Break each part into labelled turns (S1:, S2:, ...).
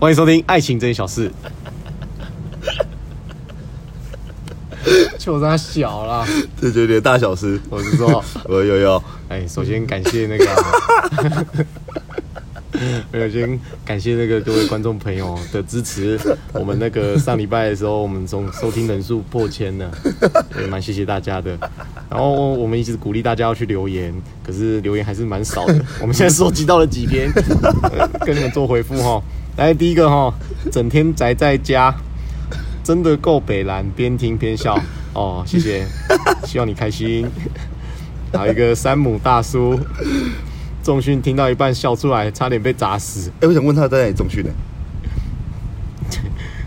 S1: 欢迎收听《爱情这件小事》。就他小啦，
S2: 这就有点大小事。
S1: 我是说，
S2: 我有有，
S1: 哎，首先感谢那个， 首先感谢那个各位观众朋友的支持。我们那个上礼拜的时候，我们从收听人数破千了，也蛮谢谢大家的。然后我们一直鼓励大家要去留言，可是留言还是蛮少的。我们现在收集到了几篇，呃跟你们做回复哈。来，第一个哈，整天宅在家，真的够北蓝，边听边笑哦，谢谢，希望你开心。还有一个山姆大叔， 重训听到一半笑出来，差点被砸死。
S2: 哎、我想问他在哪里中 训呢？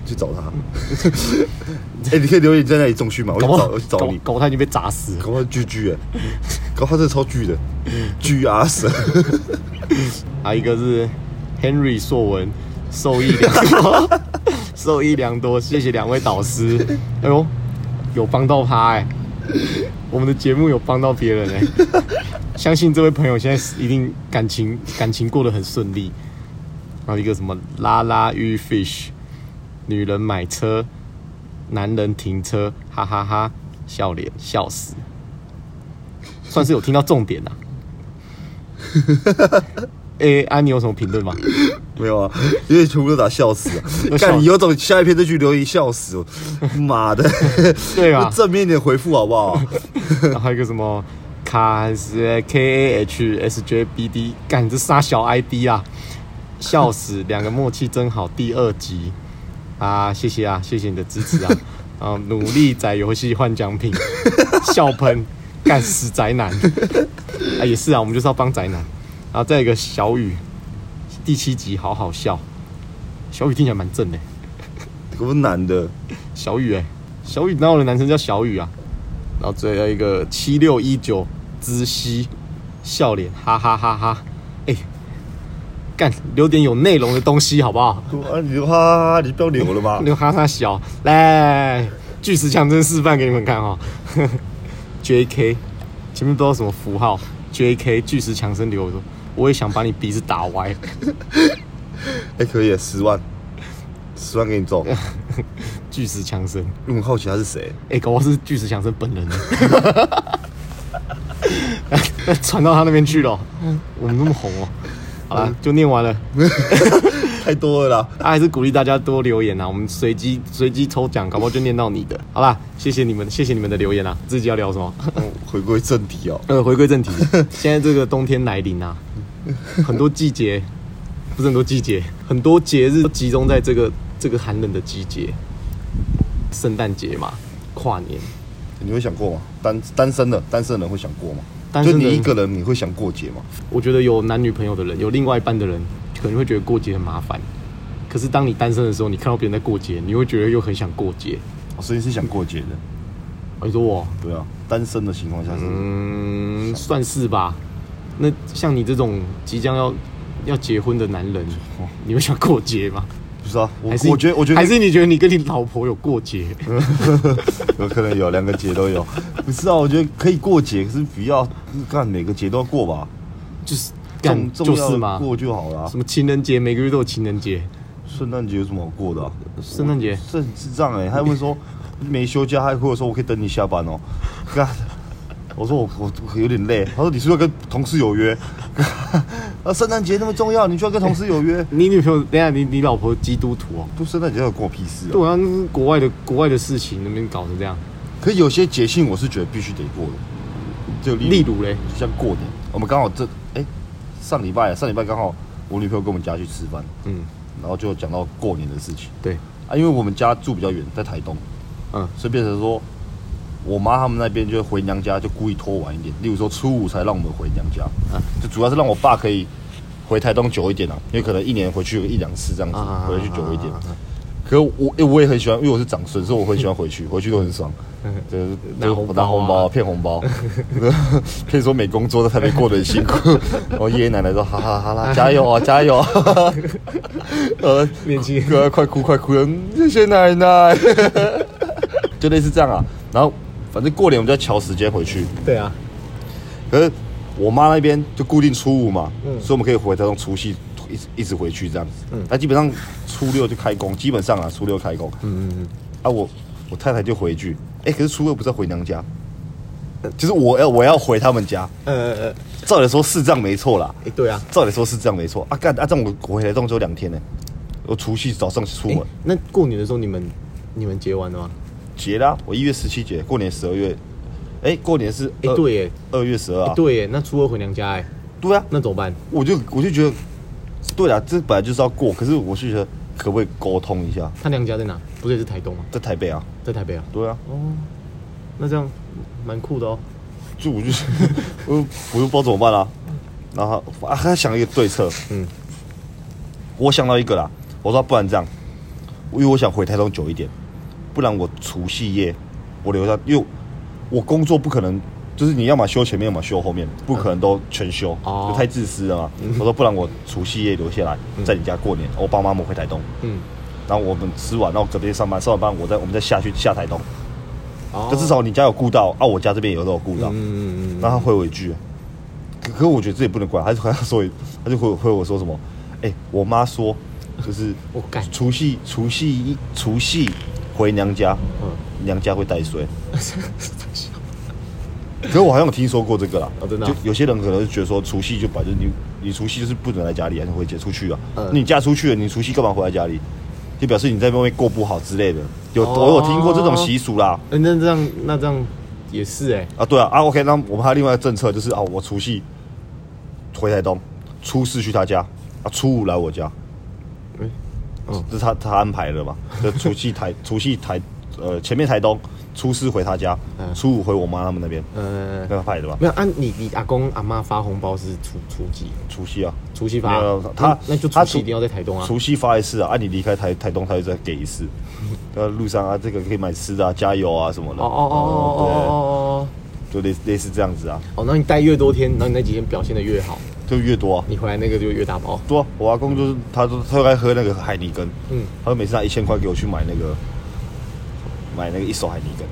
S2: 去找他。 哎、你可以留言你在哪里中训吗？我去
S1: 搞不
S2: 找，
S1: 好
S2: 我去找你。
S1: 搞搞他已经被砸死了。
S2: 搞他巨巨嗯哎， 搞他真的超巨的，巨阿神。
S1: 还啊有一个是 Henry 硕文，受益良多，受益良多，谢谢两位导师。哎呦，有帮到他哎、我们的节目有帮到别人哎、相信这位朋友现在一定感情感情过得很顺利。还有一个什么拉拉鱼 fish，女人买车，男人停车，哈哈哈笑脸笑死，算是有听到重点啦、哎、安、妮有什么评论吗？
S2: 没有啊，因为全部都打笑死啊！
S1: 都笑
S2: 看你有种下一篇这句留言笑死我，妈 的！
S1: 对吧？
S2: 正面一点回复好不好？
S1: 然后还有一个什么卡是 K A H S J B D，干这傻小 I D 啊，笑死！两个默契真好，第二集啊，谢谢啊，谢谢你的支持啊， 啊，努力载游戏换奖品，笑喷，干死宅男啊，也是啊，我们就是要帮宅男。然后再一个小雨，第七集好好笑，小雨听起来蛮正的、
S2: 我们男 的，
S1: 小雨哎、小雨哪有的男生叫小雨啊？然后最后一个七六一九知悉笑脸，哈哈哈哈！哎、干留点有内容的东西好不好？
S2: 啊，你就哈哈哈，你不要扭了吧？
S1: 留哈哈小来巨石强森示范给你们看哈、哦。J K 前面不知道什么符号，J K 巨石强森留我说，我也想把你鼻子打歪。
S2: 哎、可以，十万，十万给你 中。
S1: 巨石强森，
S2: 我很好奇他是谁，
S1: 哎、搞不好是巨石强森本人呢。 传到他那边去了，我们那么红哦。好了，就念完了。
S2: 太多了啦。
S1: 大家还是鼓励大家多留言啊，我们随机随机抽奖，搞不好就念到你的。好啦，谢谢你们，谢谢你们的留言啊。自己要聊什么？
S2: 嗯回归正题哦，
S1: 呃，回归正题，现在这个冬天来临啊，很多季节，不是很多季节，很多节日都集中在这个这个寒冷的季节，圣诞节嘛，跨年，
S2: 你会想过吗？单单身的单身人会想过吗？
S1: 单身
S2: 就
S1: 人
S2: 你一个人，你会想过节吗？
S1: 我觉得有男女朋友的人，有另外一半的人，可能会觉得过节很麻烦。可是当你单身的时候，你看到别人在过节，你会觉得又很想过节。
S2: 我哦所以是想过节的，
S1: 哦你说我，
S2: 对啊，单身的情况下是，
S1: 嗯，算是吧。那像你这种即将要要结婚的男人，你会想过节吗？
S2: 不是啊？我
S1: 还是
S2: 哦我觉得我觉得
S1: 还是你觉得你跟你老婆有过节？
S2: 有可能有两个节 都有，不是啊？我觉得可以过节，可是不要干每个节都要过吧，
S1: 就是干
S2: 重
S1: 就
S2: 重要
S1: 是
S2: 的
S1: 嘛，
S2: 过就好啦
S1: 什。么情人节，每个月都有情人节，
S2: 圣诞节有什么好过的啊？
S1: 圣诞节
S2: 这很智障哎、欸！他还 问说没休假，还或者说我可以等你下班哦、干，我说我我我有点累。他说你是不是要跟同事有约？ 啊，圣诞节那么重要，你居然跟同事有 约？
S1: 你女朋友，等一下你你老婆基督徒哦？
S2: 不，圣诞节要关我屁事啊！
S1: 对啊，那是国外的国外的事情那边搞成这样，
S2: 可有些节庆我是觉得必须得过的，就
S1: 例如嘞，
S2: 就像过年，我们刚好这哎、上礼拜啊上礼拜刚好我女朋友跟我们家去吃饭，
S1: 嗯，
S2: 然后就讲到过年的事情
S1: 对，
S2: 啊，因为我们家住比较远，在台东，
S1: 嗯，
S2: 所以变成说，我妈他们那边就回娘家，就故意拖晚一点，例如说初五才让我们回娘家，
S1: 啊
S2: 就主要是让我爸可以回台东久一点啊，因为可能一年回去有一两次这样子，
S1: 啊
S2: 回去久一点。
S1: 啊啊啊
S2: 可我、欸我也很喜欢，因为我是长孙，所以我很喜欢回去，回去都 很爽，就是
S1: 嗯拿红包啊
S2: 拿红包骗 红包，可以说没工作的台北过得很辛苦。 然后爷爷奶奶说：“好好好啦，加油啊， 加油！”呃，
S1: 年轻人
S2: 哥快哭快哭了，谢谢奶奶， 就类似这样啊。然后反正过年我们就要瞧时间回去，
S1: 对啊，
S2: 可是我妈那边就固定初五嘛，
S1: 嗯
S2: 所以我们可以回台中除夕一直一直回去这样子。那、基本上初六就开工，基本上啊初六开工。嗯嗯嗯。啊我我太太就回一句，哎、可是初六不是要回娘家？就是我要我要回他们家。
S1: 呃呃，
S2: 照理说是这样没错啦。
S1: 哎对啊，
S2: 照理说是这样没错啊干啊这样我我回来动只有两天呢、我除夕早上出门
S1: 哎，那过年的时候你们你们结完了吗？
S2: 结啦、我一月十七结，过年十二月，哎、过年是
S1: 哎
S2: 二
S1: 对耶，
S2: 二月十二啊，
S1: 哎对耶，那初二回娘家哎，
S2: 对啊，
S1: 那怎么办？
S2: 我就我就觉得，对啦，这本来就是要过，可是我是觉得可不可以沟通一下，
S1: 他娘家在哪？不是也是台东吗？
S2: 在台北啊，
S1: 在台北啊？
S2: 对啊，
S1: 哦，那这样蛮酷的哦。
S2: 就我就 我就我就不知道怎么办啦、啊然后他啊他想了一个对策，
S1: 嗯，
S2: 我想到一个啦，我说不然这样，因为我想回台东久一点，不然我除夕夜我留下，因为我工作不可能，就是你要么休前面，要么休后面，不可能都全休，
S1: 嗯哦
S2: 就太自私了嘛。我说不然我除夕夜留下来，在你家过年，我爸妈们回台东，
S1: 嗯，
S2: 然后我们吃完，然后隔壁上班，上完班我再我们再下去下台东，
S1: 哦
S2: 就至少你家有顾到，啊，我家这边也都有顾到，
S1: 嗯嗯嗯
S2: 然后他回我一句，可可我觉得这也不能怪他，他就他说他就回回我说什么，哎、我妈说就是
S1: 我干
S2: 除夕除夕一除夕回娘家，
S1: 嗯
S2: 娘家会带水。 可是我好像有听说过这个啦，
S1: 哦真的啊
S2: 就有些人可能是觉得说除夕就摆，就是你你除夕就是不准来家里，还是回家出去啊？
S1: 嗯
S2: 你嫁出去了，你除夕干嘛回来家里？就表示你在外面过不好之类的。有、
S1: 哦
S2: 我有听过这种习俗啦。
S1: 哎那这样那这样也是哎，
S2: 啊，对啊，啊，OK，那我们还有另外一个政策就是啊，我除夕回台东，初四去他家，啊，初五来我家，
S1: 哎，嗯
S2: 这是他他安排的嘛？就除夕台除夕台呃前面台东，初四回他家，
S1: 嗯
S2: 初五回我妈他们那边，
S1: 呃
S2: 那，安排的吧？
S1: 没有啊，你你阿公阿妈发红包是初初几？
S2: 除夕啊，
S1: 除夕发
S2: 没有他
S1: 那那就
S2: 他
S1: 除夕
S2: 除
S1: 一定要在台东啊。
S2: 除夕发一次啊，啊，你离开台台东，他就再给一次。 呃，路上啊，这个可以买吃的啊，加油啊什么的。
S1: 哦哦哦哦哦哦哦
S2: 对，就类似类似这样子啊，
S1: 哦，那你待越多天，然后你那几天表现的越好，
S2: 就越多啊。
S1: 你回来那个就越大包。
S2: 对啊，我阿公就是他都他都爱喝那个海尼根，
S1: 嗯
S2: 嗯，他就每次拿一千块给我去买那个买那个一手海尼根。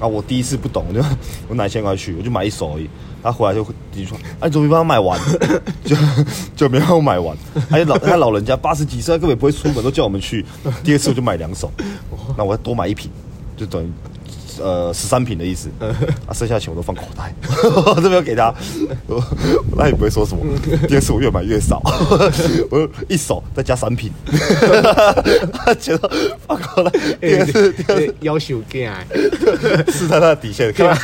S2: 啊，我第一次不懂，我就 我拿一千块去，我就买一手而已。他、回来就就说：“啊，你怎么没帮他买完？” 就就没帮我买完。 而且老他老人家八十几岁，他根本不会出门，都叫我们去。 第二次我就买两手，那我要多买一瓶，就等于呃十三瓶的意思。啊，剩下的钱我都放口袋， 我都没有给他。 我那也不会说什么。第二次我越买越少， 我就一手再加三瓶， 他觉得放口袋。第二次第二次
S1: 哎要求干啊，
S2: 试探他的底线，看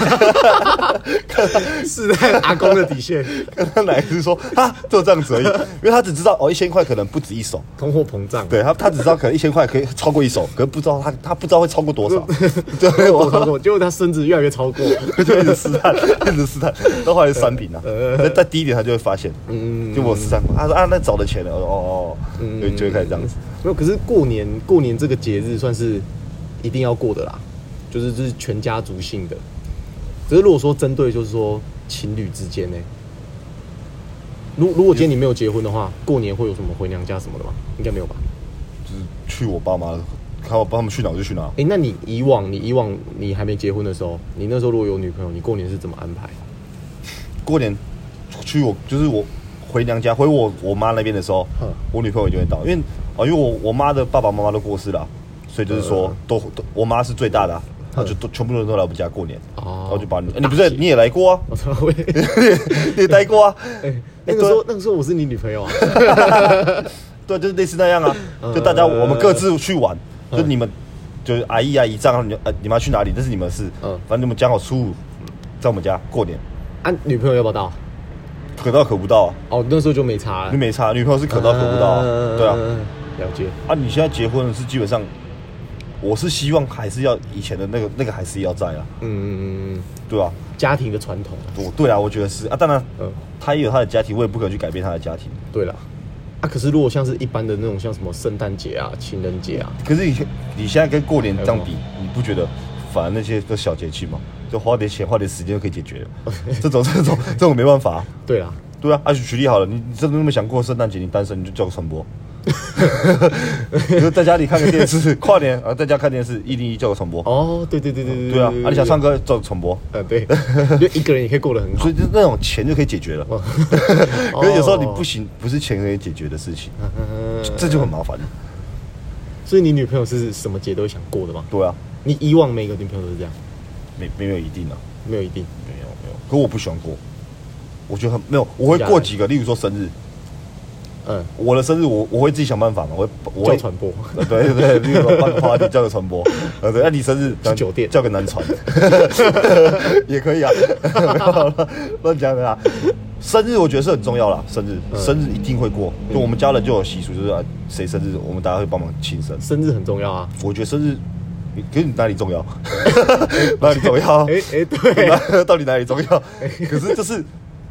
S2: 他
S1: 是在阿公的底线，
S2: 看他哪一次说啊，就这样子而已，因为他只知道哦，一千块可能不止一手，
S1: 通货膨胀。
S2: 对他他只知道可能一千块可以超过一手，可是不知道他他不知道会超过多少，
S1: 对，
S2: 对
S1: 我超
S2: 我。
S1: 过，结果他升值越来越超过。
S2: 就一直试探，一直试探，到后来是三瓶
S1: 呃
S2: 啊。再再低一点，他就会发现，嗯，就我试探过，他说啊，那找的钱了，我说哦
S1: 嗯
S2: 哦，就就会开始这样子。
S1: 没有，可是过年过年这个节日算是一定要过的啦，就是这是全家族性的。只是如果说针对就是说情侣之间呢、如如果今天你没有结婚的话，过年会有什么回娘家什么的吗？应该没有吧？
S2: 就是去我爸妈，看我爸他们去哪我就去哪。
S1: 哎、那你以往你以往你还没结婚的时候，你那时候如果有女朋友，你过年是怎么安排？
S2: 过年去我就是我回娘家回我我妈那边的时候
S1: 嗯，
S2: 我女朋友就会到，因为啊、因为我我妈的爸爸妈妈都过世了啊，所以就是
S1: 呃
S2: 说、都都我妈是最大的、啊，她就都全部人都来我们家过年，
S1: 嗯哦
S2: 然后就把你、你不是你也来过啊，
S1: 我操！我也
S2: 你也待 过啊，
S1: 那个时候那个时候我是你女朋友啊。
S2: 对，就是类似那样啊，
S1: 嗯
S2: 就大家我们各自去玩，就你们就是阿姨啊姨丈啊，你呃你们要去哪里，这是你们的事，
S1: 嗯
S2: 反正你们讲好初五在我们家过年，
S1: 啊，女朋友要不要到？
S2: 可到可不到、
S1: 哦，那时候就没差
S2: 啊，
S1: 了
S2: 就。没差，女朋友是可到可不到、啊，对啊。
S1: 嗯，了解。
S2: 啊，你现在结婚了是基本上，我是希望还是要以前的那个那个还是要在啊，
S1: 嗯嗯嗯嗯。
S2: 对啊，
S1: 家庭的传统啊。
S2: 我对啊，我觉得是啊，当然，
S1: 嗯
S2: 他也有他的家庭，我也不可能去改变他的家庭。
S1: 对了，啊，可是如果像是一般的那种，像什么圣诞节啊、情人节啊，
S2: 可是你现你现在跟过年这样比
S1: 还，
S2: 你不觉得反而那些都小节气嘛，就花点钱花点时间就可以解决 了，这种这种这种没办法、
S1: 对啦，
S2: 啊对啊，啊举举例好了，你你真的那么想过圣诞节，你单身你就叫个传播， 比如在家里看个电 视，跨年啊，在家看电视，一零一叫个传播。
S1: 哦，对对对对对
S2: 对啊，啊你想唱，歌叫传播，
S1: 呃，对，就一个人也可以过得很好
S2: 所。以就那种钱就可以解决了。 可是有时候你不行，不是钱可以解决的事情，
S1: 嗯
S2: 这就很麻烦。
S1: 所以你女朋友是什么节都想过的吗？
S2: 对啊，
S1: 你以往每个女朋友都是这样，
S2: 没没有一定啊，
S1: 没有一定。
S2: 没有没有。可我不喜欢过，我觉得很没有，我会过几个，例如说生日，
S1: 嗯，
S2: 我的生日我我会自己想办法嘛，我会我
S1: 叫
S2: 会
S1: 传播，
S2: 呃 对对对，例如说办个 party 叫个传播，呃对，那你生日
S1: 去酒店
S2: 叫个男 传，也可以啊， 没有啦乱讲的啦。生日我觉得是很重要啦，生日、
S1: 嗯
S2: 生日一定会过，就我们家人就有习俗，就是啊谁生日我们大家会帮忙庆生。
S1: 生日很重要啊。
S2: 我觉得生日，可是你哪里重要？ 哪里 重要？
S1: 哎哎，对，
S2: 哪到底哪里重 要？可是就是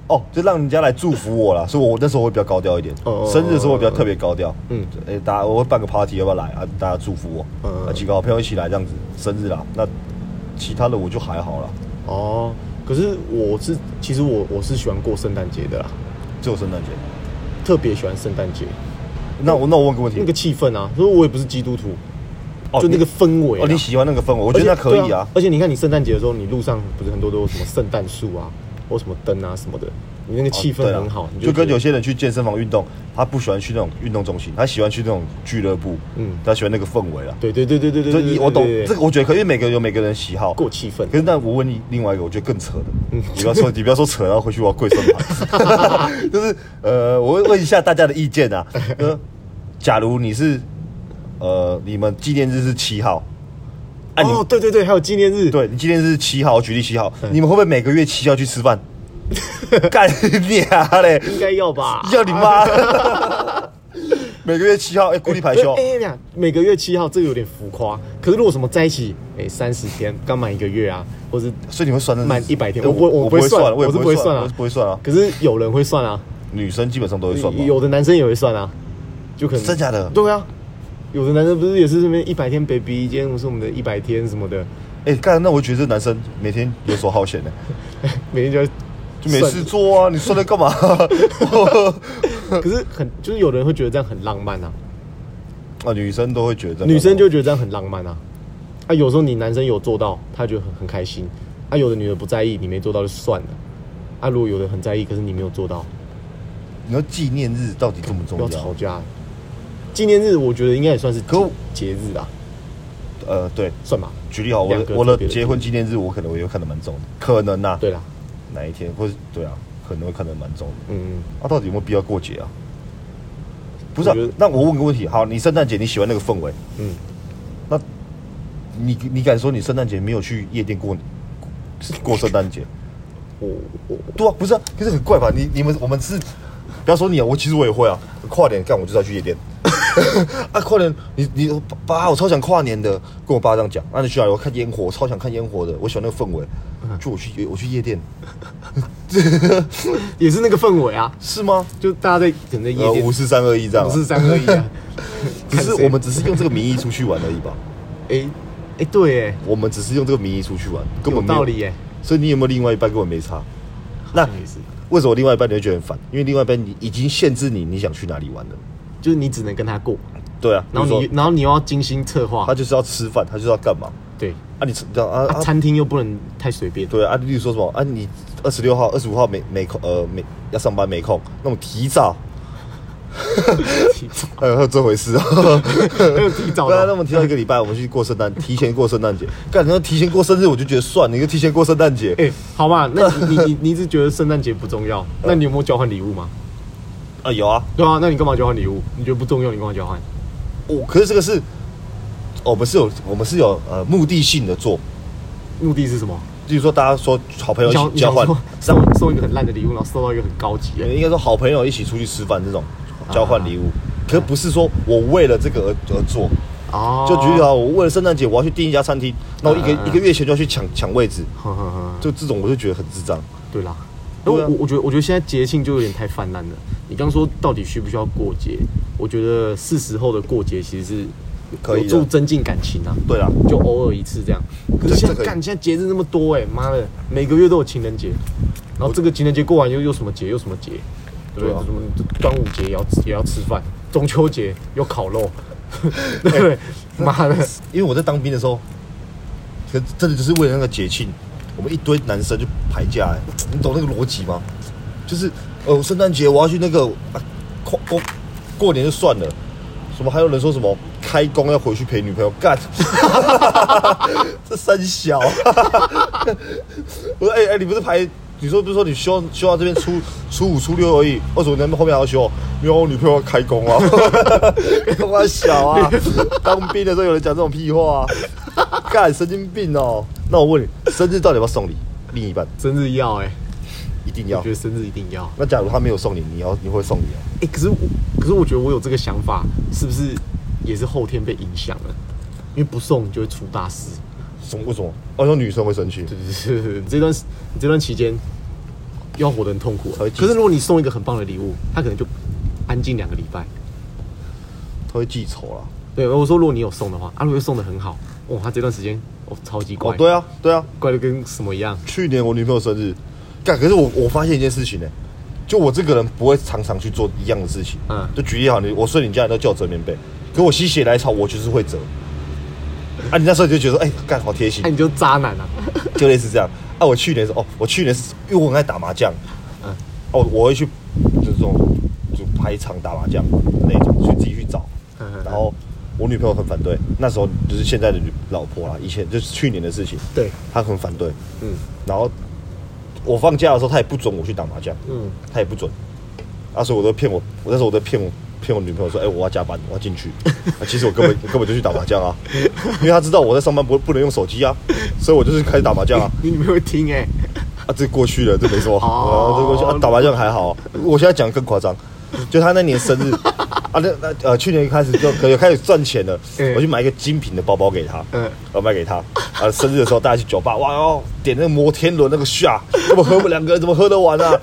S2: 哦，就让人家来祝福我啦，所以我那时候会比较高调一点
S1: 哦哦哦。
S2: 生日的时候我比较特别高调，
S1: 嗯
S2: 嗯，哎、大家我会办个 party，要不要来啊？大家祝福我，
S1: 嗯
S2: 啊，几个好朋友一起来这样子，生日啦。那其他的我就还好啦，
S1: 哦，可是我是其实我我是喜欢过圣诞节的啦，
S2: 只有圣诞节。
S1: 特别喜欢圣诞节
S2: 那我那我问个问题，
S1: 那个气氛啊，所以我也不是基督徒，
S2: 哦
S1: 就那个氛围
S2: 你
S1: 啊、
S2: 哦，你喜欢那个氛围，我
S1: 我
S2: 觉得那可以啊。
S1: 而且你看你圣诞节的时候，你路上不是很多都有什么圣诞树啊，或什么灯啊什么的，你那个气氛
S2: 对啊
S1: 很好，你
S2: 就跟
S1: 觉
S2: 有
S1: 得
S2: 些人去健身房运动，他不喜欢去那种运动中心，他喜欢去那种俱乐部，
S1: 嗯
S2: 嗯，他喜欢那个氛围啦。
S1: 对对对对对对
S2: 所
S1: 对，
S2: 以
S1: 对
S2: 我懂
S1: 对对对
S2: 这个，我觉得可以，因为每个人有每个人的喜好。
S1: 过气氛
S2: 可是，那我问你另外一个，我觉得更扯的，
S1: 嗯
S2: 你不 要说，你不要说扯，然后回去我要跪算盘，就是呃，我会问一下大家的意见啊。 呃，假如你是呃，你们纪念日是七号，啊你
S1: 哦，嗯对对对，还有纪念日，
S2: 对你今天是七号，举例七号，你们会不会每个月七号去吃饭？ 干你啊嘞！
S1: 应该要吧？
S2: 要 你妈！每个月七号，哎、孤立排休
S1: 哎、，哎呀，每个月七号，这个有点浮夸。可是如果什么在一起，哎、三十天刚满一个月啊，或是
S2: 所以你会算那
S1: 满一百天，
S2: 对
S1: 嗯我不
S2: 我
S1: 不会算，
S2: 我也
S1: 是
S2: 不
S1: 不会
S2: 会算
S1: 算
S2: 啊，我
S1: 啊
S2: 是，不会算啊。
S1: 可是有人会算啊，
S2: 女生基本上都会算吧？
S1: 有的男生也会算啊，就可能
S2: 真假的
S1: 对啊，有的男生不是也是这边一百天 baby，今天我是我们的一百天什么的，
S2: 哎、干，那我觉得这男生每天游手好闲的、
S1: 每天就要
S2: 就没事做啊，你算那 干嘛？
S1: 算。可是很就是有的人会觉得这样很浪漫啊，
S2: 啊，女生都会觉得，
S1: 女生就觉得这样很浪漫啊。啊，有时候你男生有做到，他觉得很很开心。啊，有的女的不在意，你没做到就算了。啊，如果有的很在意，可是你没有做到，
S2: 你说纪念日到底重不重
S1: 不要
S2: 要
S1: 吵？架。纪念日我觉得应该也算是
S2: 可我
S1: 节日啊，
S2: 呃，对，
S1: 算吧。
S2: 举例好，我
S1: 两
S2: 的
S1: 个
S2: 我
S1: 特别的
S2: 的结婚纪念日，我可能我也会看得蛮重的，可能呐、啊，
S1: 对啦，
S2: 哪一天或是对啊，可能会看得蛮重的。
S1: 嗯，
S2: 啊，到底有没有必要过节啊？不是、啊
S1: 我觉得，
S2: 那我问个问题，好，你圣诞节你喜欢那个氛围，
S1: 嗯，
S2: 那你你敢说你圣诞节没有去夜店过过圣诞节？
S1: 我我
S2: 对啊，不是啊，可是很怪吧？你你们我们是不要说你啊，我其实我也会啊，跨年干我就是要去夜店。 啊，跨年，你你爸，我超想跨年的，跟我爸这样讲。啊，你去哪里？我看烟火，我超想看烟火的，我喜欢那个氛围。
S1: 嗯
S2: 就我去，我去夜店，
S1: 也是那个氛围啊，
S2: 是吗？
S1: 就大家在可能在夜
S2: 呃，
S1: 店
S2: 五四三二一这样、啊，
S1: 不是三二一 啊，
S2: 只是我们只是用这个名义出去玩而已吧？
S1: 哎哎、诶对哎，
S2: 我们只是用这个名义出去玩，根本
S1: 有
S2: 没
S1: 道理哎，
S2: 所以你有没有另外一半根本没差？那
S1: 也是，
S2: 为什么另外一半你会觉得很烦？因为另外一半你已经限制你你想去哪里玩了。
S1: 就是你只能跟他过，
S2: 对啊，
S1: 然
S2: 比
S1: 后
S2: 如
S1: 你
S2: 说
S1: 然后你又要精心策划
S2: 他，就是要吃饭，他就是要干嘛？
S1: 对，
S2: 啊，你这样啊
S1: 啊
S2: 啊，
S1: 餐厅又不能太随便，
S2: 对啊，例如说什么啊，你二十六号、二十五号没没空，呃，没要上班没空，那种提早，
S1: 提早，
S2: 还有还有这回事 啊？
S1: 还有 提早
S2: 对啊，那我
S1: 的，
S2: 们提早一个礼拜，我们去过圣诞，提前过圣诞节。干，你要提前过生日，我就觉得算，你就提前过圣诞节。
S1: 哎、好吧，那你你你你是觉得圣诞节不重 要，那你有没有交换礼物吗？
S2: 啊，有啊，
S1: 对啊，那你干嘛交换礼物？你觉得不重要，你干嘛交换？
S2: 我可是这个是，哦我们是有我们是有呃目的性的做，
S1: 目的是什么？
S2: 例如说大家说好朋友
S1: 你
S2: 一
S1: 想
S2: 起交换
S1: 你，想说送送一个很烂的礼物，然后收到一个很高级的，
S2: 应该说好朋友一起出去吃饭这种交换礼物，可不是说我为了这个而而做。
S1: 哦，
S2: 就举例啊，我为了圣诞节我要去订一家餐厅，然后一个、
S1: 嗯嗯嗯
S2: 一个月前就要去抢抢位置，
S1: 呵呵呵，
S2: 就这种我就觉得很智障。
S1: 对啦。然后
S2: 对啊
S1: 我我觉得我觉得现在节庆就有点太泛滥了。你刚说到底需不需要过节？我觉得是时候的过节其实是
S2: 可以的
S1: 有助增进感情啊，
S2: 对啦，
S1: 就偶尔一次这样。可
S2: 这
S1: 是现在
S2: 这可以
S1: 干现在节日那么多哎、妈的，每个月都有情人节，然后这个情人节过完又又什么节又什么节，对不对？
S2: 对啊
S1: 什么端午节也要吃也要吃饭，中秋节有烤肉，
S2: 哎
S1: 对不对？妈的，
S2: 因为我在当兵的时候，可真的就是为了那个节庆，我们一堆男生就排假、欸，你懂那个逻辑吗？就是呃，圣诞节我要去那个啊，过过过年就算了，什么还有人说什么开工要回去陪女朋友干， 这三小，我说哎哎、你不是排？你说不是说你休休到这边初初五初六而已，为什么你那边后面还要休？没有，我女朋友要开工啊， 我 小啊，当兵的时候有人讲这种屁话、啊，干神经病哦。那我问你，生日到底要不要送礼？另一半
S1: 生日要哎、
S2: 一定
S1: 我
S2: 要
S1: 觉。得生日一定要。
S2: 那假如他没有送你，你要你会送礼啊？
S1: 哎、可是我，可是我觉得我有这个想法，是不是也是后天被影响了？因为不送就会出大事。
S2: 什么？为什么？哦，说女生会生气。
S1: 就是这段你这段期间要活得很痛苦
S2: 超
S1: 啊。
S2: 级
S1: 可是如果你送一个很棒的礼物，他可能就安静两个礼拜。
S2: 他会记仇啊啦。
S1: 对，我说如果你有送的话，啊，如果又送的很好，哇，他这段时间哦超级乖，
S2: 哦，对啊，对啊，
S1: 乖的跟什么一样。
S2: 去年我女朋友生日，干，可是我我发现一件事情呢、就我这个人不会常常去做一样的事情。
S1: 嗯
S2: 就举例好，你我睡你家，你都叫我折棉被，可我心血来潮，我就是会折。啊，你那时候就觉得说，哎、干好贴心
S1: 哎、，你就渣男啊！
S2: 就类似这样。啊，我去年是哦，我去年是因为我很爱打麻将，
S1: 嗯
S2: 哦，我会去就是这种就排场打麻将那种，去自己去找
S1: 嗯嗯嗯。
S2: 然后我女朋友很反对，那时候就是现在的女老婆啦，以前就是去年的事情，
S1: 对，
S2: 她很反对。
S1: 嗯
S2: 然后我放假的时候，她也不准我去打麻将，
S1: 嗯，
S2: 她也不准。那时候我都骗我，我那时候我都骗我骗我女朋友说，哎、我要加班，我要 进去。啊其实我根本根本就去打麻将啊，因为她知道我在上班不不能用手机啊，所以我就是开始打麻将啊。
S1: 你女朋友会听哎、
S2: 啊，这过去了，这没什么好。
S1: 哦
S2: 啊，这过去、啊、打麻将还好、我现在讲更夸张，就他那年生日啊，那那呃，去年开始就可以开始赚钱了，
S1: 嗯
S2: 我去买一个精品的包包给他，嗯
S1: 嗯，
S2: 我买给他。啊，生日的时候大家去酒吧，哇哦，点那个摩天轮那个下，怎么喝我们两个人怎么喝得完啊？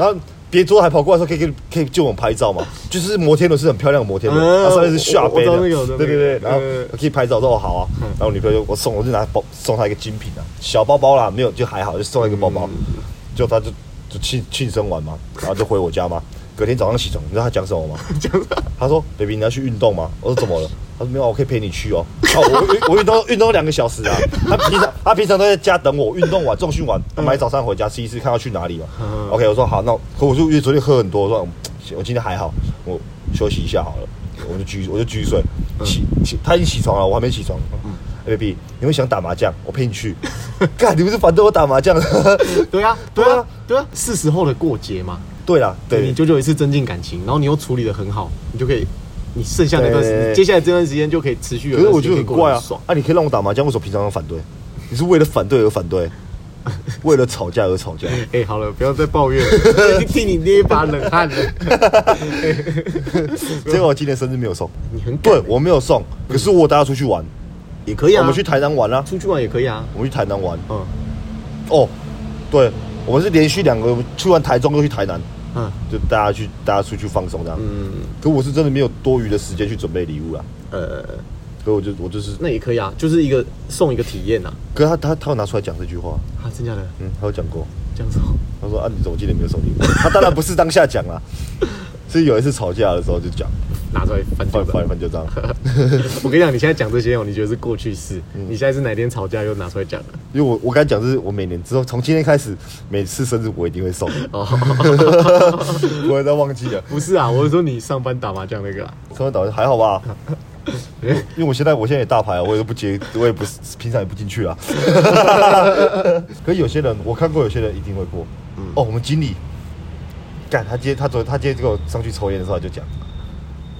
S2: 然后。别桌还跑过来说可以可以可以借我们拍照吗？就是摩天轮是很漂亮的摩天轮，
S1: 嗯
S2: 它上面是下杯的，
S1: 我我知道那个我知道
S2: 对对对，
S1: 那个
S2: 然后
S1: 嗯
S2: 可以拍照，我说哦好啊，然后我女朋友就我送，我就拿包送她一个精品啊，小包包啦，没有就还好，就送她一个包包，
S1: 嗯
S2: 就她就就庆庆生完嘛，然后就回我家嘛，隔天早上起床，你知道她讲什 么吗？讲 她说 baby 你要去运动吗？我说怎么了？她说没有，我可以陪你去哦。 哦，我我运动运动两个小时啊，她平常她平常都在家等我，运动完重训完买早餐回家吃一次，看要去哪里嘛。哦
S1: 嗯
S2: OK，我说好，那我可我就因为昨天喝很多，我说嗯我今天还好，我休息一下好了，我就继续我就继续睡。
S1: 嗯
S2: 起起，他已经起床了，我还没起床。哎 baby，你会想打麻将？我陪你去。 干，你不是反对我打麻将？
S1: 对啊，
S2: 对
S1: 对
S2: 啊
S1: 啊，对啊，是时候的过节嘛。
S2: 对啦，对
S1: 你，久久一次增进感情，然后你又处理的很好，你就可以，你剩下那段时
S2: 对
S1: 间，接下来这段时间就可以持续有
S2: 可是
S1: 段
S2: 我
S1: 时
S2: 觉得
S1: 间可以过
S2: 很
S1: 得
S2: 怪
S1: 很
S2: 啊
S1: 爽。！
S2: 啊，你可以让我打麻将，为什么平常要反对？你是为了反对而反对， 为了吵架而吵 架。
S1: 哎、好了，不要再抱怨 了，已经替你捏一把冷汗了。
S2: 结果我今年生日没有送，
S1: 你很嗯
S2: 对我没有送，可是我带他出去玩，
S1: 也可以啊，
S2: 我们去台南玩啊，
S1: 出去玩也可以啊。
S2: 我们去台南玩。
S1: 嗯
S2: 哦，对，我们是连续两个去完台中又去台南，
S1: 嗯
S2: 就大家去大家出去放松这样。
S1: 嗯
S2: 可我是真的没有多余的时间去准备礼物啦，啊
S1: 呃，
S2: 可我就我就是，
S1: 那也可以啊，就是一个送一个体验呐、
S2: 可是他他他有拿出来讲这句话，
S1: 啊。啊，真假的？
S2: 嗯，他有讲过，
S1: 这样哦说，
S2: 他说啊你怎么今年没有送礼物？ 他当然不是当下讲啦， 是有一次吵架的时候就讲，
S1: 拿出来翻旧
S2: 翻
S1: 账。
S2: 翻翻就这样，
S1: 我跟你讲，你现在讲这些哦，你觉得是过去式，
S2: 嗯
S1: 你现在是哪天吵架又拿出来讲了？
S2: 因为我我刚才讲是我每年之后从今天开始每次生日我一定会送，不会再忘记了。
S1: 不是啊，我是说你上班打麻将那个、啊。
S2: 上班打还好吧？因为我现在我现在也大牌啊，我也不接，我也不是平常也不进去啊。 可是有些人，我看过有些人一定会过。哦，我们经理，干他今天他昨他今天跟我上去抽烟的时候他就讲，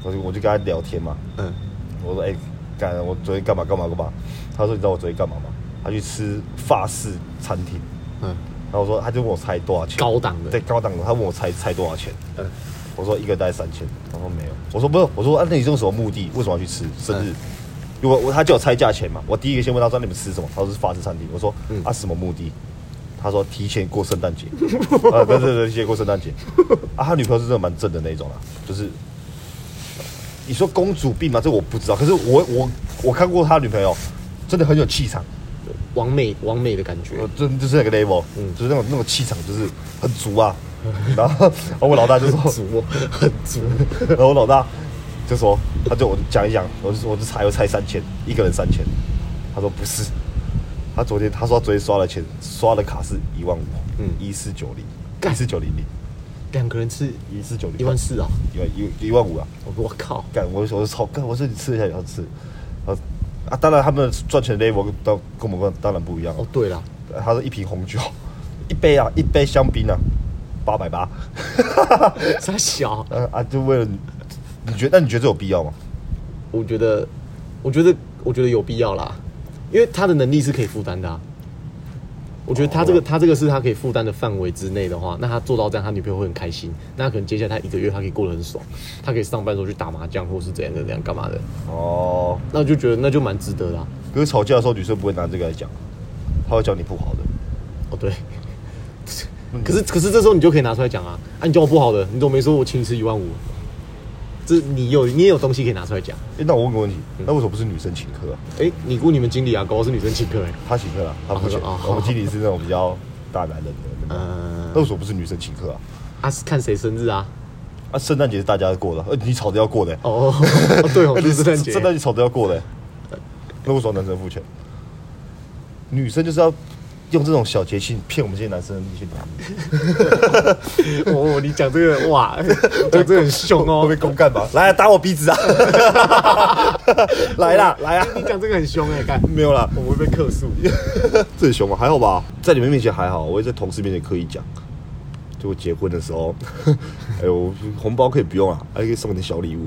S2: 我就我就跟他聊天嘛，
S1: 嗯
S2: 我说哎，干、我昨天干嘛干嘛干嘛？他说你知道我昨天干嘛吗？他去吃法式餐厅，
S1: 嗯，
S2: 然后我说他就问我猜多少钱，
S1: 高档的。
S2: 对高档的，他问我猜猜多少钱，
S1: 嗯，
S2: 我说一个大概三千，他说没有，我说不是，我说啊，那你是用什么目的？为什么要去吃生
S1: 嗯
S2: 日？因为我我他叫我猜价钱嘛，我第一个先问他说你们吃什么？他说是法式餐厅，我说、
S1: 嗯
S2: 啊什么目的？他说提前过圣诞节， 啊对对对，提前过圣诞节，啊他女朋友是真的蛮正的那一种啦，就是你说公主病嘛，这我不知道，可是我我我看过他女朋友，真的很有气场，
S1: 完美完美的感觉。
S2: 我真就是那个 level，
S1: 嗯
S2: 就是那种那种气场就是很足啊，然后然后我老大就说
S1: 足哦，很足。
S2: 然后我老大就说他就我讲一讲，我就说我就猜又猜三千，一个人三千，他说不是，他昨天他说他昨天刷了钱，刷的卡是一万五，嗯
S1: 嗯，
S2: 一四九零，
S1: 干
S2: 一四九零零，
S1: 两个人吃
S2: 一四九零，
S1: 一万，四啊！
S2: 一万一一万五啊！
S1: 我我靠，
S2: 干，我就我就超干，我说你吃一下也要吃，啊啊！当然他们赚钱的 level 跟当跟我们当然不一样
S1: 哦对了，
S2: 他说一瓶红酒，一杯啊，一杯香槟啊，八百八。
S1: 傻小，
S2: 呃啊，就为了你，你觉得那你觉得这有必要吗？
S1: 我觉得，我觉得，我觉得有必要啦，因为他的能力是可以负担的、啊。我觉得他这个，
S2: 哦
S1: 他这个是他可以负担的范围之内的话，那他做到这样，他女朋友会很开心。那他可能接下来他一个月，他可以过得很爽，他可以上班的时候去打麻将，或是怎样的怎样干嘛的，
S2: 哦，
S1: 那我就觉得那就蛮值得的啊、
S2: 可是吵架的时候，女生不会拿这个来讲，她会讲你不好的。
S1: 哦，对。可是可是这时候你就可以拿出来讲啊！啊，你叫我不好的，你怎么没说我请你吃一万五？这你有你也有东西可以拿出来讲。
S2: 诶那我问个问题，那为什么不是女生请客啊？
S1: 哎、你雇你们经理啊，搞我是女生请客哎、
S2: 她请客啊，她不请。
S1: 哦哦
S2: 我们经理是那种比较大男人的，那种
S1: 嗯、
S2: 那为什么不是女生请客啊？
S1: 啊是看谁生日啊？
S2: 啊，圣诞节是大家过的，呃，你吵着要过的、欸，
S1: 哦， 哦对 哦，
S2: 哎
S1: 是圣诞节。
S2: 圣诞节吵着要过的、欸，那为什么男生付钱？女生就是要用这种小节庆骗我们这些男生的一些男女，
S1: 哦，你讲这 个哇，讲这个很凶
S2: 会
S1: 哦
S2: 被。公干吧？来、啊、打我鼻子啊！ 来啦，来啊！
S1: 你讲这个很凶哎、看
S2: 没有啦，
S1: 我会被克诉。
S2: 这很凶吗？还好吧，在你们面前还好，我会在同事面前刻意讲，就我结婚的时候， 哎呦，红包可以不用啊，还可以送点小礼物，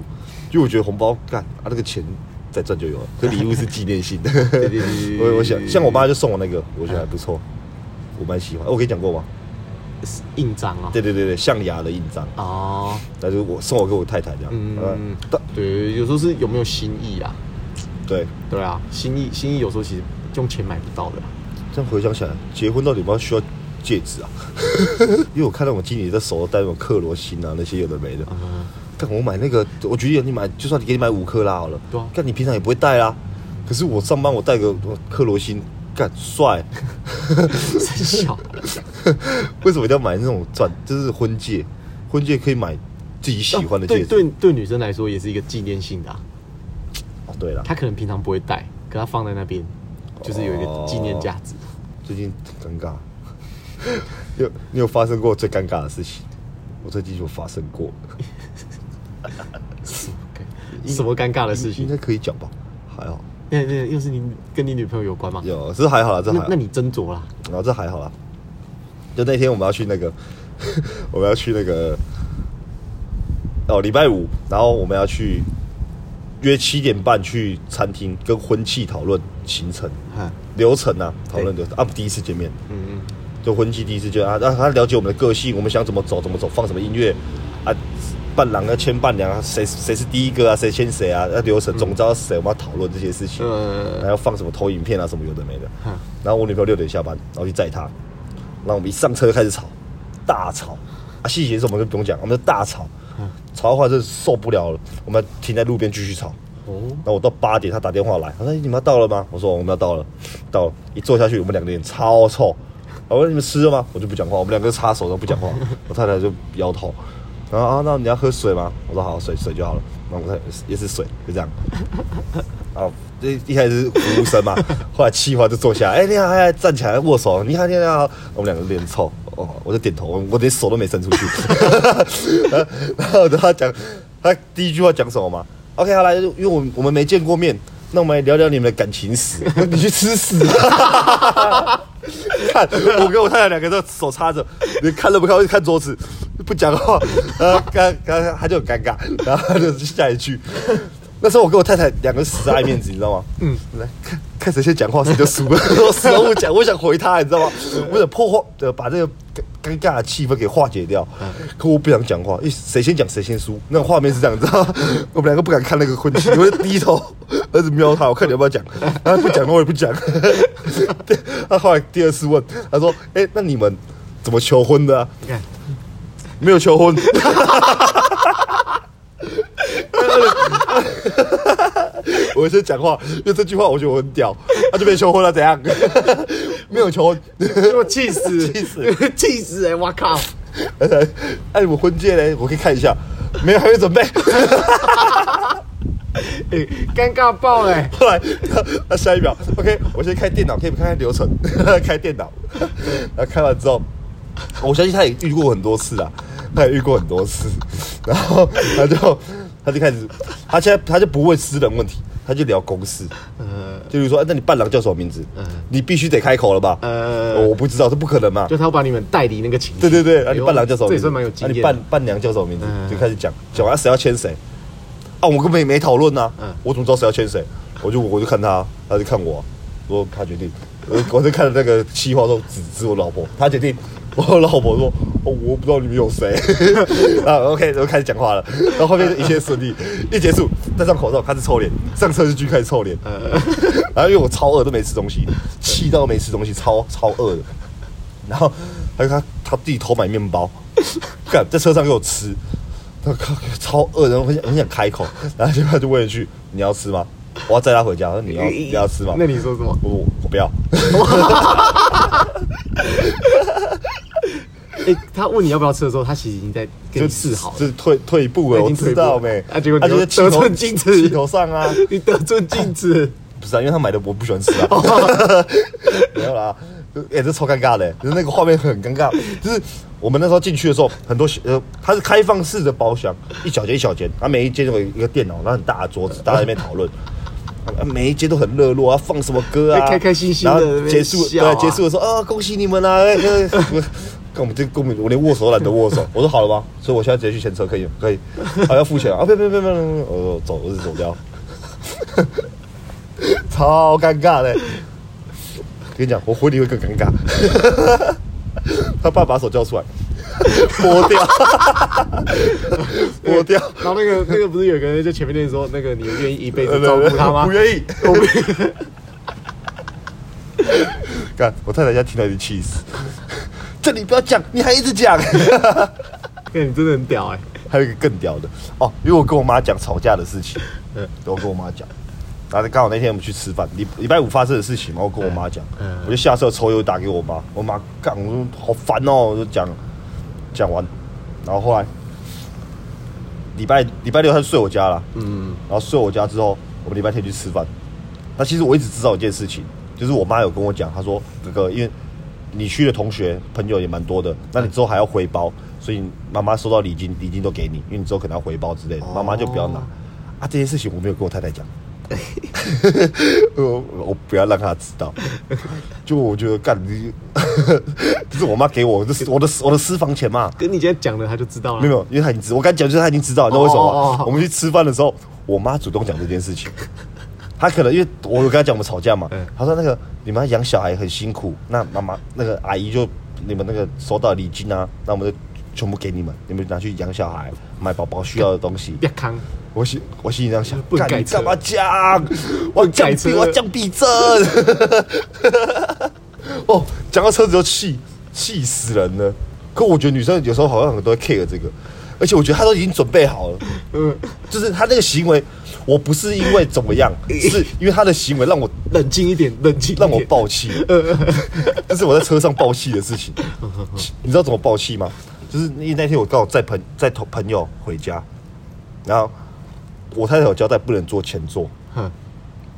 S2: 因为我觉得红包干啊那个钱再赚就有了，可礼物是纪念性的。
S1: 对对对对
S2: 我我想像我妈就送我那个，我觉得还不错，我蛮喜欢。哦我跟你讲过吗？
S1: 是印章啊。
S2: 对对对对，象牙的印章，
S1: 哦，
S2: 那就是我送我给我太太这样。
S1: 嗯
S2: 嗯，但
S1: 对，有时候是有没有心意啊？
S2: 对，
S1: 对啊，心意心意有时候其实用钱买不到的啊、
S2: 这样回想起来，结婚到底有没有需要戒指啊？ 因为我看到我经理在手都戴那种克罗心啊，那些有的没的。
S1: 嗯
S2: 但我买那个，我举例，你买，就算你给你买五克拉好了，
S1: 对啊
S2: 但你平常也不会戴啦。可是我上班我戴个克罗心，干帅。
S1: 真小。
S2: 为什么一定要买那种钻？就是婚戒，婚戒可以买自己喜欢的戒指。
S1: 哦对对对，女生来说也是一个纪念性的、啊，
S2: 哦，对了，
S1: 她可能平常不会戴，可她放在那边，就是有一个纪念价值。
S2: 最近很尴尬。 你有你有发生过最尴尬的事情？我最近有发生过，
S1: 什么尴什么尴尬的事
S2: 应
S1: 情？
S2: 该可以讲吧？还好，
S1: 那那又是你跟你女朋友有关吗？
S2: 有，这还好啦，这还
S1: 那
S2: 好。
S1: 那你斟酌啦。
S2: 然哦后这还好啦。就那天我们要去那个， 我们要去那个，哦，礼拜五，然后我们要去约七点半去餐厅跟婚庆讨论行程
S1: 嗯
S2: 流程啊，讨论流程啊，第一次见面，
S1: 嗯嗯，
S2: 就婚庆第一次见啊，让他了解我们的个性，我们想怎么走怎么走，放什么音乐啊，伴郎要牵伴娘啊，谁谁是第一个啊，谁牵谁啊，那
S1: 嗯
S2: 流程总之要谁，我们要讨论这些事情，
S1: 呃
S2: 然后放什么投影片啊，什么有的没的。
S1: 哈
S2: 然后我女朋友六点下班，然后去载她，然后我们一上车就开始吵，大吵啊，细节是我们就不用讲，我们就大吵，吵的话真的受不了了，我们停在路边继续吵。
S1: 哦，
S2: 然后我到八点，她打电话来，她说哎你们要到了吗？我说我们要到了，到了，一坐下去，我们两个脸超臭。我说你们吃了吗？我就不讲话，我们两个插手都不讲话。我太太就摇头，然后啊，那你要喝水吗？我说好，水水就好了。然后我太太也是水，就这样。啊，一一开始是服务生嘛， 后来气话就坐下来，哎、你好，哎，站起来握手，你好，你好，你好，我们两个脸臭，哦，我就点头，我我连手都没伸出去， 然后他讲，他第一句话讲什么嘛？OK，好来，因为我们我们没见过面，那我们来聊聊你们的感情史， 你去吃屎吧！看，我跟我太太两个都手插着，你看都不看，我就看桌子，不讲话，然后刚刚刚他就很尴尬，然后他就下一句。那时候我跟我太太两个死爱面子，你知道吗？嗯，来看看谁先讲话谁就输了。 我死都不讲，我想回他，你知道吗？我想破坏，呃，把这个尴尴尬的气氛给化解掉。可我不想讲话，因为谁先讲谁先输。那个画面是这样，你知道 吗？我们两个不敢看那个婚庆，我就低头 儿子瞄他，我看你要不要讲。他不讲，我也不讲。 他后来第二次问，他说：“哎、那你们怎么求婚的、啊？
S1: 你看，
S2: 没有求婚。” 我先讲话，因为这句话我觉得我很屌，他就被求婚了，怎样？ 没有求 婚，
S1: 我气死，
S2: 气死，
S1: 气死哎、欸！我靠，
S2: 哎、你们婚戒嘞？我可以看一下，没有，还没准备。
S1: 哎尴尬爆了、
S2: 后来，那下一秒，OK，我先开电脑，可以看看流程， 开电脑， 然后开完之后，我相信他也遇过很多次啊，他也遇过很多次， 然后他就他就开始，他现在他就不问私人问题，他就聊公事，就比如说，哎那你伴郎叫什么名字？你必须得开口了吧？
S1: 呃
S2: 我不知道，这不可能嘛。
S1: 就他要把你们带离那个情绪。
S2: 对对对，那、
S1: 哎
S2: 你
S1: 呦
S2: 伴郎叫什么
S1: 这也
S2: 名字？
S1: 算蛮有经
S2: 啊你
S1: 验的。
S2: 伴伴娘叫什么名字？
S1: 嗯
S2: 就开始讲，讲完谁要签谁，啊，我根本也没讨论呐
S1: 嗯，
S2: 我怎么知道谁要签谁？我就我就看他，他就看我、啊，我说他决定，我就我就看那个计划说指指我老婆，他决定，我老婆说。哦，我不知道你们有谁 啊？OK，然后开始讲话了，然后后面就一切顺利，一结束戴上口罩开始臭脸，上车就去开始臭脸，
S1: 嗯
S2: 然后因为我超饿都没吃东西，气到没吃东西，超超饿的，然后他他他自己偷买面包， 干在车上给我吃，他靠超饿，然后很想很想开口，然后结果他就问一句：“你要吃吗？”我要载他回家，他说：“你要你要吃吗？”
S1: 呃那你说什么？
S2: 我我我不要，
S1: 哎、他问你要不要吃的时候，他其实已经在跟
S2: 就
S1: 你示好了。
S2: 就是退退步
S1: 他
S2: 了，
S1: 已
S2: 我
S1: 经
S2: 知
S1: 退步了
S2: 道没？
S1: 啊结果你
S2: 他就
S1: 又
S2: 是气头
S1: 得寸进尺
S2: 气头上啊，
S1: 你得寸进 尺，
S2: 不是啊，因为他买的我不喜欢吃啊，
S1: 哦
S2: 没有啦，哎、欸，这超尴尬的、就是那个画面很尴尬，就是我们那时候进去的时候，很多呃，它是开放式的包厢，一小间一小间，它每一间都有一个电脑，然后很大的桌子，大家在那边讨论。啊每一节都很热络啊，放什么歌啊，
S1: 开开心心的
S2: 然后结束，
S1: 在那边笑啊
S2: 对，结束的时候啊，恭喜你们啊！哎哎我跟我们这根本我连握手都懒得握手，我说好了吗？所以我现在直接去前车可以吗可以，啊要付钱啊？啊不要不要不要不要，不要我走，我就走掉。超尴尬的。跟你讲，我婚礼会更尴尬。 他爸把手交出来， 剥掉，剥掉，
S1: 然后那个那个不是有个人就前面那说那个你愿意一辈子照顾他 吗？
S2: 不 愿意。
S1: 我不
S2: 干，我太太家听到就气死。这里不要讲，你还一直讲。
S1: 那你真的很屌哎、
S2: 还有一个更屌的哦，因为我跟我妈讲吵架的事情，
S1: 嗯
S2: 嗯，我跟我妈讲，然后刚好那天我们去吃饭，礼礼拜五发生的事情嘛，我跟我妈讲，
S1: 嗯
S2: 我就下车抽油打给我妈，我妈干，我说好烦哦，我就讲讲完，然后后来礼拜礼拜六她就睡我家了，
S1: 嗯，
S2: 然后睡我家之后，我们礼拜天去吃饭。那其实我一直知道一件事情，就是我妈有跟我讲，她说哥哥，因为你去的同学朋友也蛮多的，那你之后还要回包，所以妈妈收到礼金，礼金都给你，因为你之后可能要回包之类的，妈妈就不要拿。啊，这些事情我没有跟我太太讲，我我不要让她知道。就我觉得干你， 这是我妈给我，这是我的我的私房钱嘛。
S1: 跟你今天讲的他就知道了。
S2: 没有，没有因为他已经知，我刚讲就是他已经知道，你知道为什么吗？
S1: 哦哦哦
S2: 我们去吃饭的时候，我妈主动讲这件事情。她可能因为我有跟她讲我们吵架嘛
S1: 嗯，
S2: 她说那个你们养小孩很辛苦，那妈妈那个阿姨就你们那个收到礼金啊，那我们就全部给你们，你们拿去养小孩，买宝宝需要的东西。
S1: 别扛，
S2: 我心我心里这样想
S1: 不，能
S2: 干
S1: 改
S2: 你
S1: 车
S2: 干嘛讲？我
S1: 能改
S2: 讲
S1: 车
S2: 避我讲避震。 哦，讲到车子就气气死人了。可我觉得女生有时候好像很多 care 这个，而且我觉得她都已经准备好了，
S1: 嗯，
S2: 就是她那个行为，我不是因为怎 么样，是因为她的行为让我
S1: 冷静一点，冷静一点，
S2: 让我爆气，这是我在车上爆气的事情。你知道怎么爆气吗？就是因为那天我刚好载朋载同朋友回家，然后我太太有交代不能坐前座，
S1: 哼。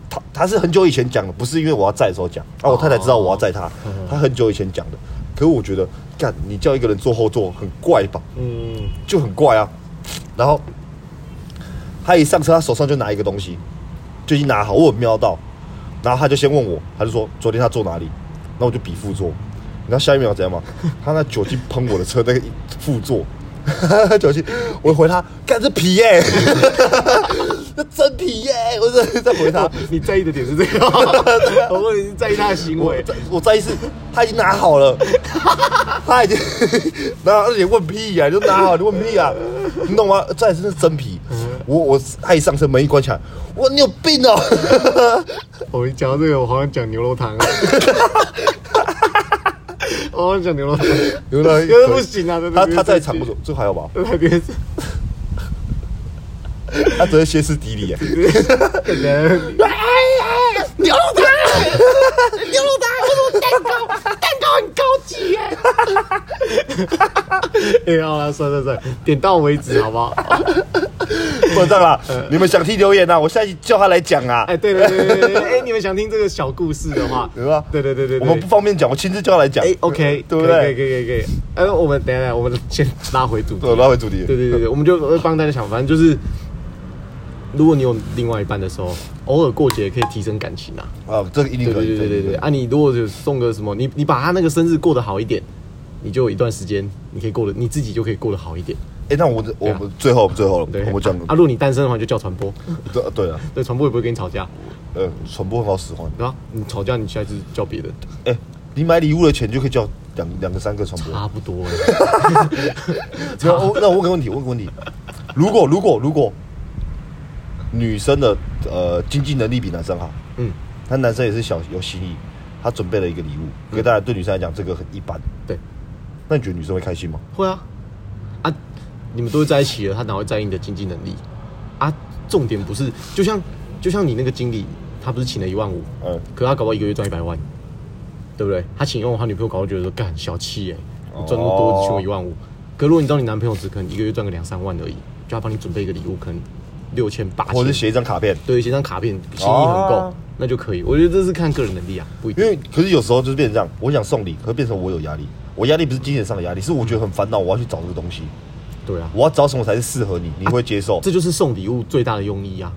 S2: 他他是很久以前讲的，不是因为我要载的时候讲。啊，我太太知道我要载她，她很久以前讲的。可是我觉得，干你叫一个人坐后座很怪吧？
S1: 嗯，
S2: 就很怪啊。然后他一上车，他手上就拿一个东西，就已经拿好，我有瞄到。然后他就先问我，他就说昨天他坐哪里？那我就比副座。你知道下一秒怎样吗？他那酒精喷我的车那个副座，酒精，我回他，干这皮耶、 这真皮耶、我在在回他。
S1: 你在意的点是这个， 我问你是在意他的行
S2: 我
S1: 为，
S2: 再我再一次，他已经拿好了，他已经，然后你问屁呀、你就拿好，你问屁呀、你懂吗？再一次是真皮，
S1: 嗯
S2: 我我他一上车门一关起来，我你有病哦、
S1: 我一讲到这个，我好像讲牛肉 汤啊，我好像讲牛肉汤，
S2: 有 人
S1: 可是不行啊，
S2: 哎他他在场不久，这还好吧？
S1: 那边
S2: 他只是歇斯底里、啊耶。
S1: 可能
S3: 牛肉汤，牛肉汤，我说蛋糕，蛋糕很高级耶。
S1: 哎，好了，算算算，点到为止好不好？
S2: 不这样啦，你们想听留言啊，我下一集叫他来讲啊。
S1: 哎，对对对对对，哎，你们想听这个小故事的 话，
S2: 对吧
S1: 对对对对，
S2: 啊我
S1: 对
S2: 们不方便讲，我亲自叫他来讲。
S1: 哎，OK，
S2: 对不
S1: 可以可
S2: 对？
S1: 以可以可以。哎，我们等一下，我们先拉回主题
S2: 对，。拉回主题。
S1: 对对对对，我们就会帮大家想，反正就是，如果你有另外一半的时候，偶尔过节可以提升感情啊。
S2: 啊，这个一定
S1: 对
S2: 可
S1: 对对
S2: 以。
S1: 对对
S2: 这
S1: 对
S2: 个
S1: 啊！你如果有送个什么，你你把他那个生日过得好一点，你就有一段时间，你可以过得你自己就可以过得好一点。
S2: 哎，那我们我
S1: 对啊
S2: 们最后最后
S1: 对，
S2: 哦我们讲
S1: 啊，如果你单身的话，你就叫传播，
S2: 对对啊，
S1: 对，传播也不会跟你吵架，
S2: 呃，传播很好使唤。
S1: 对吧？你吵架，你下次叫别人，
S2: 哎，你买礼物的钱就可以叫两两个三个传播。
S1: 差不多欸。
S2: 那我那我问个问题，我问个问题，如果如果如果女生的呃经济能力比男生好，
S1: 嗯，
S2: 那男生也是小有心意，他准备了一个礼
S1: 嗯
S2: 物，给大家对女生来讲这个很一般，
S1: 对，
S2: 那你觉得女生会开心吗？
S1: 会啊，啊，你们都会在一起了，他哪会在意你的经济能力？啊，重点不是，就像就像你那个经理，他不是请了一万五，
S2: 嗯
S1: 可他搞不好一个月赚一百万，对不对？他请一万五，他女朋友搞到觉得说干小气哎、你赚那么多只请我一万五。可如果你知道你男朋友只可能一个月赚个两三万而已，就他帮你准备一个礼物，可能六千八
S2: 或者是
S1: 千，
S2: 写一张卡片？
S1: 对，写张卡片，心意很够，
S2: 哦
S1: 那就可以。我觉得这是看个人能力啊，不一
S2: 因
S1: 定。
S2: 为可是有时候就是变成这样，我想送礼，可是变成我有压力。我压力不是金钱上的压力，是我觉得很烦恼，我要去找这个东西，
S1: 对啊，
S2: 我要找什么才是适合你，你会接受？
S1: 这就是送礼物最大的用意啊，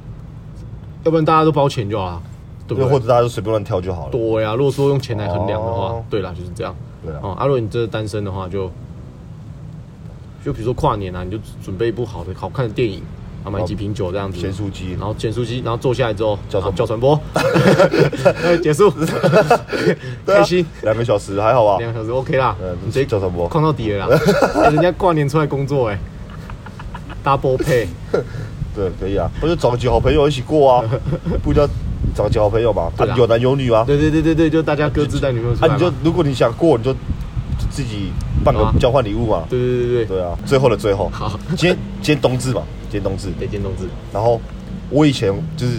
S1: 要不然大家都包钱就好了，对不
S2: 又
S1: 对？
S2: 或者大家就随便乱挑就好了。
S1: 对呀、如果说用钱来衡量的话，
S2: 哦
S1: 对啦，就是这样。
S2: 对啊
S1: 哦，啊，如果你真的单身的话就，就比如说跨年啊，你就准备一部好的、好看的电影，然后买几瓶酒这样子，
S2: 哦咸酥鸡
S1: 然后减速机，然后坐下来之后，
S2: 叫
S1: 然后
S2: 传播
S1: 叫传 播，哎结束，
S2: 对啊
S1: 开心，
S2: 两个小时还好吧？
S1: 两个小时 OK 啦
S2: 嗯，
S1: 你直接
S2: 叫传播
S1: 旷到底了啦，哎人家跨年出来工作哎，double pay，
S2: 对，可以啊，那就找几个好朋友一起过啊， 不一定要找几个好朋友嘛，
S1: 对啊
S2: 啊有男有女啊，
S1: 对对对对对，就大家各自带女朋友出来
S2: 啊
S1: 嘛，
S2: 你就如果你想过，你就自己办
S1: 好
S2: 个
S1: 啊
S2: 交换礼物嘛，
S1: 对对对对对，
S2: 对啊，最后的最后，
S1: 好，
S2: 今天今天冬至嘛，今天冬至，
S1: 得见同志，
S2: 然后我以前就是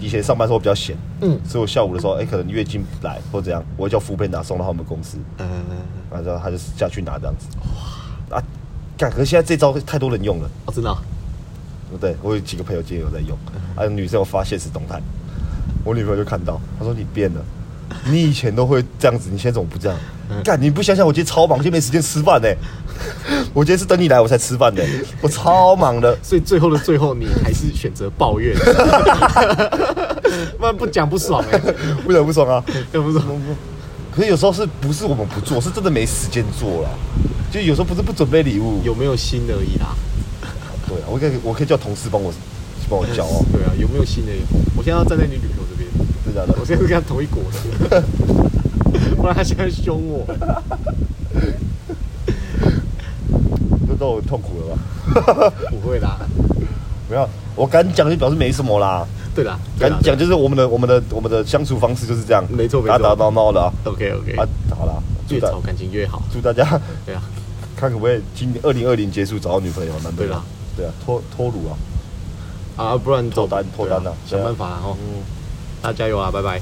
S2: 以前上班的时候比较闲，
S1: 嗯
S2: 所以我下午的时候，哎、可能月经来或怎样，我会叫服务拿送到他们公司，
S1: 呃，
S2: 然后他就下去拿这样子，啊，干，可是现在这招太多人用了。
S1: 哦，真的啊，
S2: 对，我有几个朋友今天有在用，还有女生有发现实动态，我女朋友就看到，她说你变了，你以前都会这样子，你现在怎么不这样？干，你不想想我今天超忙，今天没时间吃饭呢、我今天是等你来我才吃饭的、我超忙的。
S1: 所以最后的最后，你还是选择抱怨，不然不讲不爽哎、欸，
S2: 不得不爽啊！
S1: 讲不爽。
S2: 可是有时候是不是我们不做，是真的没时间做了。就有时候不是不准备礼物，
S1: 有没有心而已啦。
S2: 对啊，我可以我可以叫同事帮我帮我叫哦，
S1: 对啊，有没有心而已。我现在要站在你女朋友这边，
S2: 真的假的
S1: 我现在是跟她同一国的， 不然她现在凶我。
S2: 这都很痛苦了吧？
S1: 不会啦，
S2: 没有，啊我敢讲就表示没什么啦。
S1: 对啦，对
S2: 敢
S1: 啦
S2: 讲就是我们的我们的我们的相处方式就是这样，
S1: 没错没错
S2: 打打闹闹的啊，
S1: OK OK，
S2: 啊好啦，祝
S1: 越
S2: 大
S1: 吵感情越好。
S2: 祝大家
S1: 对啊，
S2: 看可不可以今年二零二零结束找到女朋友，难得
S1: 对啦，
S2: 对啊，脱脱乳啊，
S1: 啊，不然走
S2: 脱单脱单
S1: 对
S2: 啊嗯
S1: 想办法啦哦。大家加油啊，拜拜。